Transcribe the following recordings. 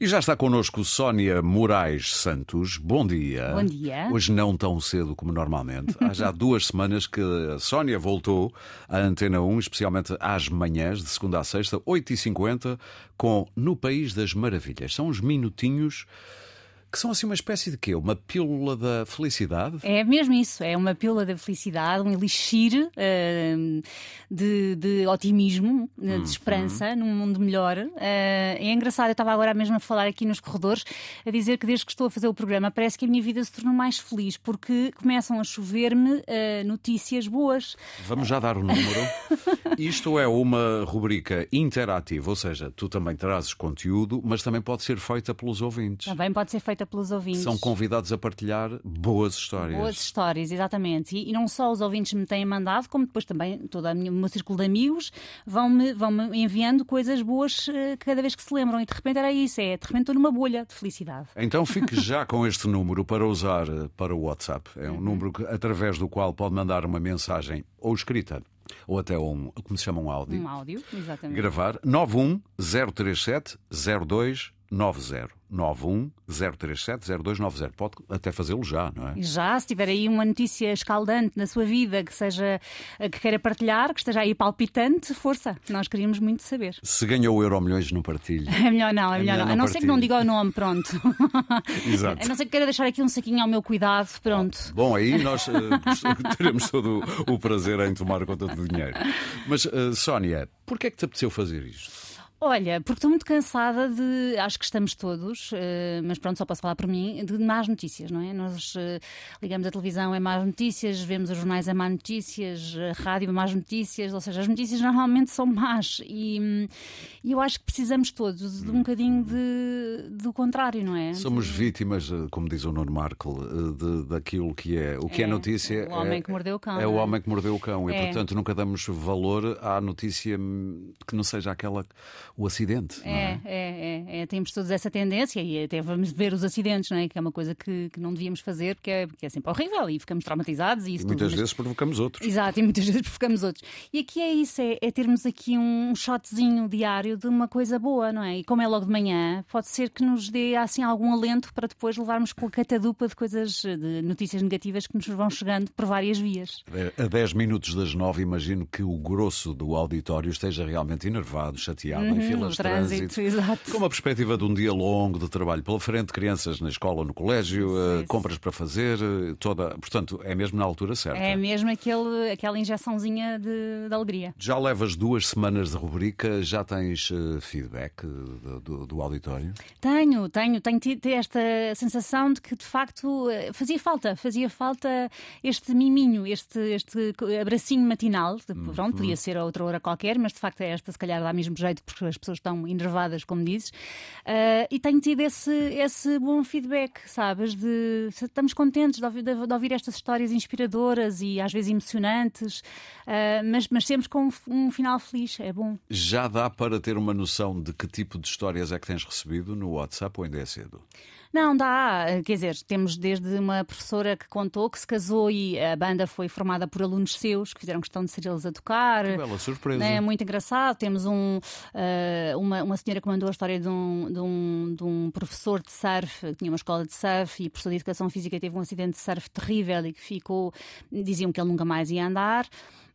E já está connosco Sónia Moraes Santos. Bom dia. Bom dia. Hoje não tão cedo como normalmente. Há já duas semanas que a Sónia voltou à Antena 1, especialmente às manhãs, de segunda a sexta, 8h50, com No País das Maravilhas. São uns minutinhos que são assim uma espécie de quê? Uma pílula da felicidade? É mesmo isso, é uma pílula da felicidade, um elixir eh, de, de otimismo, eh, de esperança num mundo melhor. Eh, é engraçado, eu estava agora mesmo a falar aqui nos corredores, a dizer que desde que estou a fazer o programa parece que a minha vida se tornou mais feliz, porque começam a chover-me eh, notícias boas. Vamos já dar o número. Isto é uma rubrica interativa, ou seja, tu também trazes conteúdo, mas também pode ser feita pelos ouvintes. Também pode ser feita pelos ouvintes. São convidados a partilhar boas histórias. Boas histórias, exatamente. E, e não só os ouvintes me têm mandado, como depois também todo a minha- o meu círculo de amigos vão-me vão -me enviando coisas boas eh, cada vez que se lembram. E de repente era isso, é, de repente estou numa bolha de felicidade. Então fique já com este número para usar eh, para o WhatsApp. É um número que- através do qual pode mandar uma mensagem ou escrita, ou até um, como se chama, um áudio. Um áudio, exatamente. Gravar 91037 0290. 91037 0290. Pode até fazê-lo já, não é? E Já, se tiver aí uma notícia escaldante na sua vida que seja eh, que queira partilhar, que esteja aí palpitante, força, nós queríamos muito saber. Se ganhou o Euro Milhões, não partilhe. É melhor não, é, melhor, não. A não ser que não partilhe. diga o nome, pronto. Exato. A não ser que queira deixar aqui um saquinho ao meu cuidado, pronto. Bom, aí nós eh, teremos todo o prazer em tomar conta do dinheiro. Mas, eh, Sónia, porquê é que te apeteceu fazer isto? Olha, porque estou muito cansada de. Acho que estamos todos, eh, mas pronto, só posso falar por mim, de más notícias, não é? Nós eh, ligamos a televisão é más notícias, vemos os jornais é más notícias, a rádio é más notícias, ou seja, as notícias normalmente são más e, hum, e eu acho que precisamos todos de um bocadinho de, do contrário, não é? Somos vítimas, eh, como diz o Nuno Marco, eh, de, daquilo que é. O que é, É, notícia o homem que mordeu o cão, É o não é? homem que mordeu o cão. E, É. portanto, nunca damos valor à notícia hum, que não seja aquela. o acidente. não é? É, é, é, é. Temos todos essa tendência e até vamos ver os acidentes, não é? Que é uma coisa que, que não devíamos fazer porque é, porque é sempre horrível e ficamos traumatizados e isso E tudo, muitas mas- vezes provocamos outros. Exato, e muitas vezes provocamos outros. E aqui é isso, é, é termos aqui um shotzinho diário de uma coisa boa, não é? E como é logo de manhã, pode ser que nos dê assim algum alento para depois levarmos com a catadupa de coisas, de notícias negativas que nos vão chegando por várias vias. Eh, A 10 minutos das 9, imagino que o grosso do auditório esteja realmente enervado, chateado, em filas Uhum, o de trânsito. Hum, trânsito, exato. Com uma perspectiva de um dia longo de trabalho pela frente, crianças na escola, no colégio, eh, sim. compras para fazer, eh, toda. Portanto, é mesmo na altura certa. É mesmo aquele, aquela injeçãozinha de, de alegria. Já levas duas semanas de rubrica, já tens eh, feedback eh, do, do- do auditório? Tenho, tenho, tenho tido esta sensação de que de facto eh, fazia falta, fazia falta este miminho, este, este co- abracinho matinal. De- Pronto, podia ser a outra hora qualquer, mas de facto é esta, se calhar dá mesmo jeito, porque as pessoas estão enervadas, como dizes. Ah, e tenho tido esse, esse bom feedback, sabes? De estamos contentes de ouvir, de- de ouvir estas histórias inspiradoras e às vezes emocionantes, ah, mas, mas sempre com um f- um final feliz, é bom. Já dá para ter uma noção de que tipo de histórias é que tens recebido no WhatsApp ou ainda é cedo? Não, dá. eh, Quer dizer, temos desde uma professora que contou que se casou e a banda foi formada por alunos seus que fizeram questão de ser eles a tocar. Que bela surpresa. É muito engraçado. Temos um, eh, uma, uma senhora que mandou a história de um, de, um, de um professor de surf, que tinha uma escola de surf e professor de educação física teve um acidente de surf terrível e que ficou. diziam que ele nunca mais ia andar.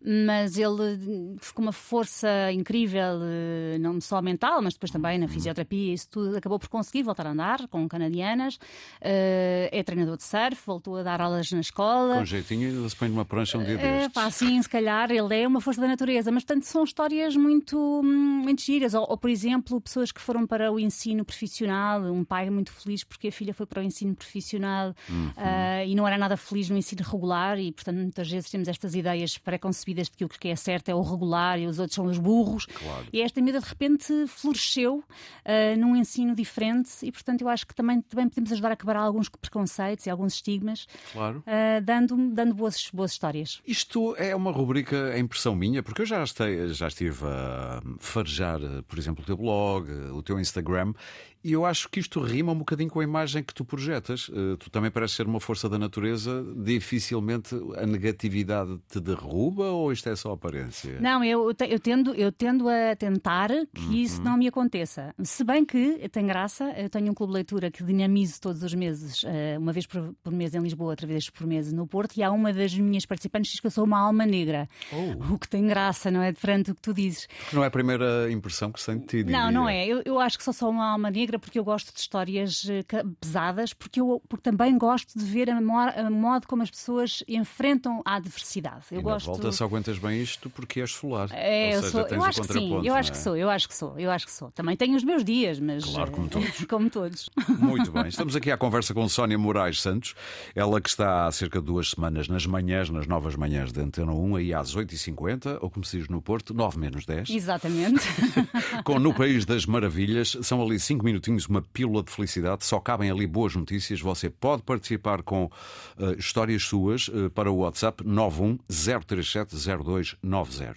Mas ele ficou uma força incrível, eh, não só mental, mas depois também na Uhum. fisioterapia, isso tudo. Acabou por conseguir voltar a andar com canadianas. Eh, é treinador de surf, voltou a dar aulas na escola. Com jeitinho, ainda se põe numa prancha um dia É, destes. pá, sim, se calhar ele é uma força da natureza, mas portanto são histórias muito, hum, muito giras. Ou, ou, por exemplo, pessoas que foram para o ensino profissional, um pai muito feliz porque a filha foi para o ensino profissional ah, e não era nada feliz no ensino regular, e portanto muitas vezes temos estas ideias pré-concebidas de que o que é certo é o regular e os outros são os burros. E esta miúda de repente floresceu ah, num ensino diferente, e portanto eu acho que também, também podemos ajudar a quebrar alguns preconceitos e alguns estigmas. Claro. ah, dando, dando boas, boas histórias. Isto é uma rubrica em impressão minha, porque eu já, este- já estive a farejar, por exemplo, o teu blog, o teu Instagram, E eu acho que isto rima um bocadinho com a imagem que tu projetas. Eh, Tu também pareces ser uma força da natureza, dificilmente a negatividade te derruba ou isto é só aparência? Não, eu, te- eu, tendo, eu tendo a tentar que Uhum. isso não me aconteça. Se bem que, tem graça, eu tenho um clube de leitura que dinamizo todos os meses, eh, uma vez por, por mês em Lisboa, outra vez por mês no Porto, e há uma das minhas participantes que diz que eu sou uma alma negra. Oh. O que tem graça, não é? Perante o que tu dizes. Porque não é a primeira impressão que se tem de ti. Não, diria. não é. Eu, eu acho que só sou uma alma negra porque eu gosto de histórias eh, ca- pesadas, porque, eu, porque também gosto de ver a, mo- a modo como as pessoas enfrentam a adversidade. Eu E na gosto. volta só aguentas bem isto porque és solar. É, ou eu, seja, sou, tens eu o acho que sim, contraponto, eu não acho é? que sou, eu acho que sou, eu acho que sou. Também tenho os meus dias, mas. Claro, como eh, todos. como todos. Muito bem, estamos aqui à conversa com Sónia Moraes Santos, ela que está há cerca de duas semanas nas manhãs, nas novas manhãs de Antena 1, aí às 8h50, ou como se diz no Porto, 9 menos 10. Exatamente. Com No País das Maravilhas, são ali cinco minutinhos, uma pílula de felicidade, só cabem ali boas notícias. Você pode participar com eh, histórias suas eh, para o WhatsApp 910370290.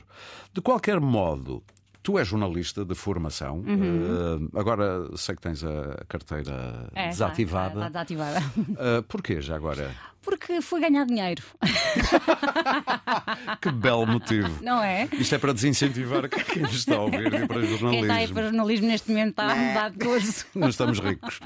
De qualquer modo, tu és jornalista de formação, eh, agora sei que tens a carteira Uhum. É, tá, desativada. tá, tá desativada. Eh, porquê já agora? Porque fui ganhar dinheiro, Que belo motivo. não é? Isto é para desincentivar quem nos está a ouvir e para Quem está aí jornalismo. para jornalismo neste momento está a mudar de curso. Não estamos ricos.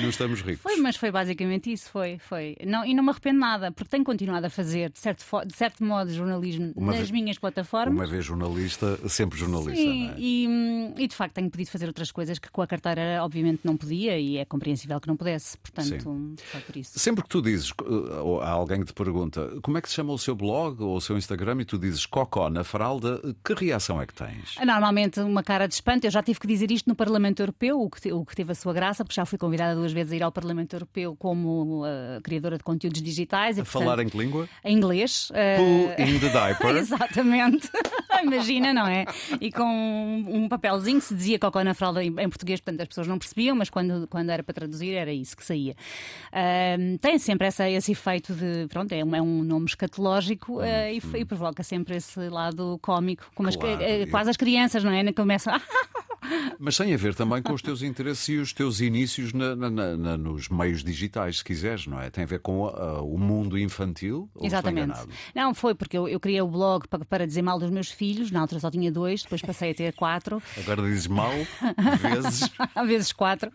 Não estamos ricos. Foi, mas foi basicamente isso, foi, foi. Não, e não me arrependo nada, porque tenho continuado a fazer, de certo, fo- de certo modo, jornalismo Uma nas vez- minhas plataformas. Uma vez jornalista, sempre jornalista, Sim, não é? e, hum, e, de facto tenho podido fazer outras coisas que com a carteira obviamente não podia e é compreensível que não pudesse, portanto, foi por isso. Sempre que tu dizes, eh, ou há alguém que te pergunta como é que se chama o seu blog ou o seu Instagram e tu dizes cocó na fralda, que reação é que tens? Ah, Normalmente uma cara de espanto, eu já tive que dizer isto no Parlamento Europeu, o que, te- o que teve a sua graça, porque já fui convidada duas vezes a ir ao Parlamento Europeu como ah, criadora de conteúdos digitais e A portanto, falar em que língua? em inglês. ah, Poo in the diaper. Exatamente. Imagina, não é? E com um, um papelzinho que se dizia cocó na fralda em, em português, portanto as pessoas não percebiam, mas quando, quando era para traduzir era isso que saía. Ahm, tem sempre essa, esse efeito de. Pronto, é um, é um nome escatológico Hum, eh, e, e provoca sempre esse lado cómico. Como as cri- Claro, eh, eu- quase as crianças, não é? Começam. "Ah, Mas tem a ver também com os teus interesses e os teus inícios na- na- na- na- nos meios digitais, se quiseres, não é? Tem a ver com ah, o mundo infantil? Ou estou Exatamente. enganado? Não, foi porque eu, eu criei o blog pa- para, dizer mal dos meus filhos, na altura só tinha dois, depois passei a ter quatro. Agora dizes mal, vezes. às vezes quatro.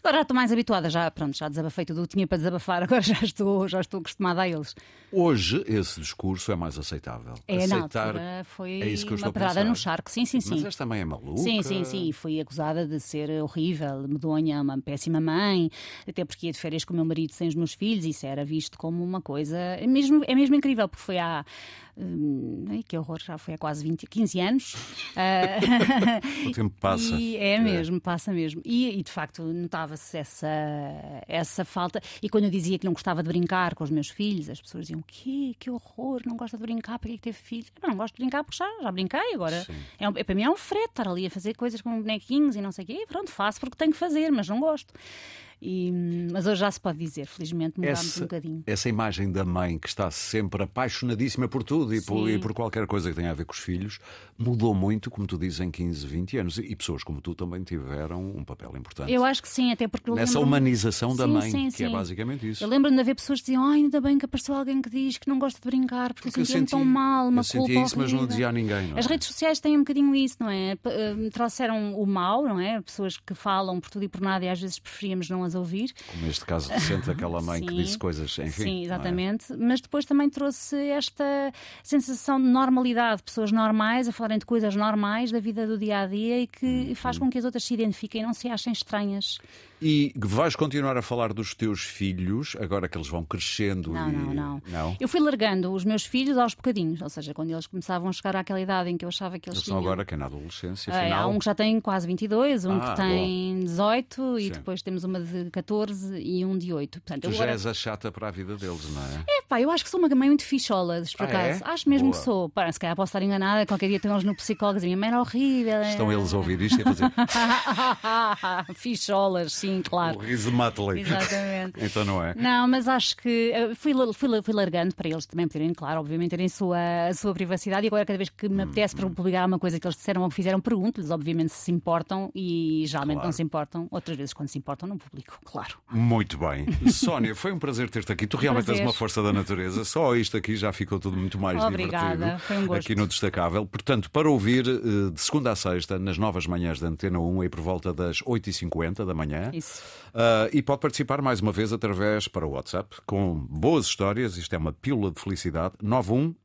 Agora já estou mais habituada, já, pronto, já desabafei tudo o que tinha para desabafar, agora já estou, já estou acostumada a eles. Hoje esse discurso é mais aceitável. É, na Aceitar altura foi é isso que eu estou uma a pedrada pensar. no charco, sim, sim, sim. Mas esta mãe é maluca. Sim, sim, sim. Fui acusada de ser horrível, medonha, uma péssima mãe, até porque ia de férias com o meu marido sem os meus filhos, isso era visto como uma coisa. É mesmo, é mesmo incrível, porque foi há. hum, ai, que horror, já foi há quase 20, 15 anos. Ah, O tempo passa. E é mesmo, passa mesmo. E, e, de facto notava-se essa, essa falta. E quando eu dizia que não gostava de brincar com os meus filhos, as pessoas diziam: que, que horror, não gosta de brincar, para que é que teve filhos? "Eu Não gosto de brincar porque já, já brinquei agora. É, um- é- para mim é um frete estar ali a fazer coisas com bonequinhos e não sei o quê. Pronto, faço porque tenho que fazer, mas não gosto. E, mas hoje já se pode dizer, felizmente mudámos um bocadinho. essa imagem da mãe que está sempre apaixonadíssima por tudo e por, Sim. e por qualquer coisa que tenha a ver com os filhos mudou muito, como tu dizes, em 15, 20 anos. E pessoas como tu também tiveram um papel importante Eu acho que sim, até porque eu nessa lembro-me- humanização da Sim, mãe, sim, que é sim. basicamente isso. Eu lembro-me de haver pessoas que diziam Ai, ainda bem que apareceu alguém que diz que não gosta de brincar porque, eu sentia-me tão mal, uma eu culpa sentia isso, mas não horrível." dizia a ninguém. Não é? As redes sociais têm um bocadinho isso, não é? P- eh, Trouxeram o mal, não é? Pessoas que falam por tudo e por nada e às vezes preferíamos não as ouvir. Como neste caso recente daquela mãe que Sim. disse coisas, enfim. não Sim, é? exatamente. Mas depois também trouxe esta sensação de normalidade, pessoas normais a falarem de coisas normais da vida do dia a dia e que Uhum. faz com que as outras se identifiquem e não se achem estranhas. E vais continuar a falar dos teus filhos agora que eles vão crescendo Não, e. não, não, Eu fui largando os meus filhos aos bocadinhos, ou seja, quando eles começavam a chegar àquela idade em que eu achava que eles, Eles são tinham- agora que é na adolescência, É, há afinal. um que já tem quase 22, um Ah, que tem 18 e Sim. depois temos uma de 14 e um de 8. Portanto, Tu eu já agora... és a chata para a vida deles, não é? É, Pá, eu acho que sou uma mãe muito ficholas, por Ah, acaso. é? Acho mesmo Boa. que sou. Pá, se calhar posso estar enganada, qualquer dia tenho eles no psicólogo e minha mãe era horrível. Estão eles a ouvir isto e a fazer Ficholas, sim, o claro. riso de Matley. Ah. Exatamente. Então não é? Não, mas acho que eh, fui, la- fui, la- fui largando para eles também poderem, claro, obviamente, terem sua, a sua privacidade. E agora, cada vez que me apetece Uhum. para publicar uma coisa que eles disseram ou que fizeram, pergunto-lhes, obviamente, se se importam e geralmente Claro. não se importam. Outras vezes, quando se importam, não publico, claro. Muito bem. Sónia, foi um prazer ter-te aqui. Tu realmente Prazer. és uma força da natureza. Só isto aqui já ficou tudo muito mais Obrigada. divertido. Foi um gosto. Aqui no Destacável. Portanto, para ouvir eh, de segunda a sexta, nas novas manhãs da Antena 1, aí por volta das 8h50 da manhã. Isso. Ah, e pode participar mais uma vez através para o WhatsApp com boas histórias. Isto é uma pílula de felicidade.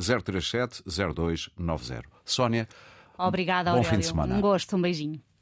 910370290. Sónia, Obrigada, Bom Aurélio. fim de semana. Um gosto, um beijinho.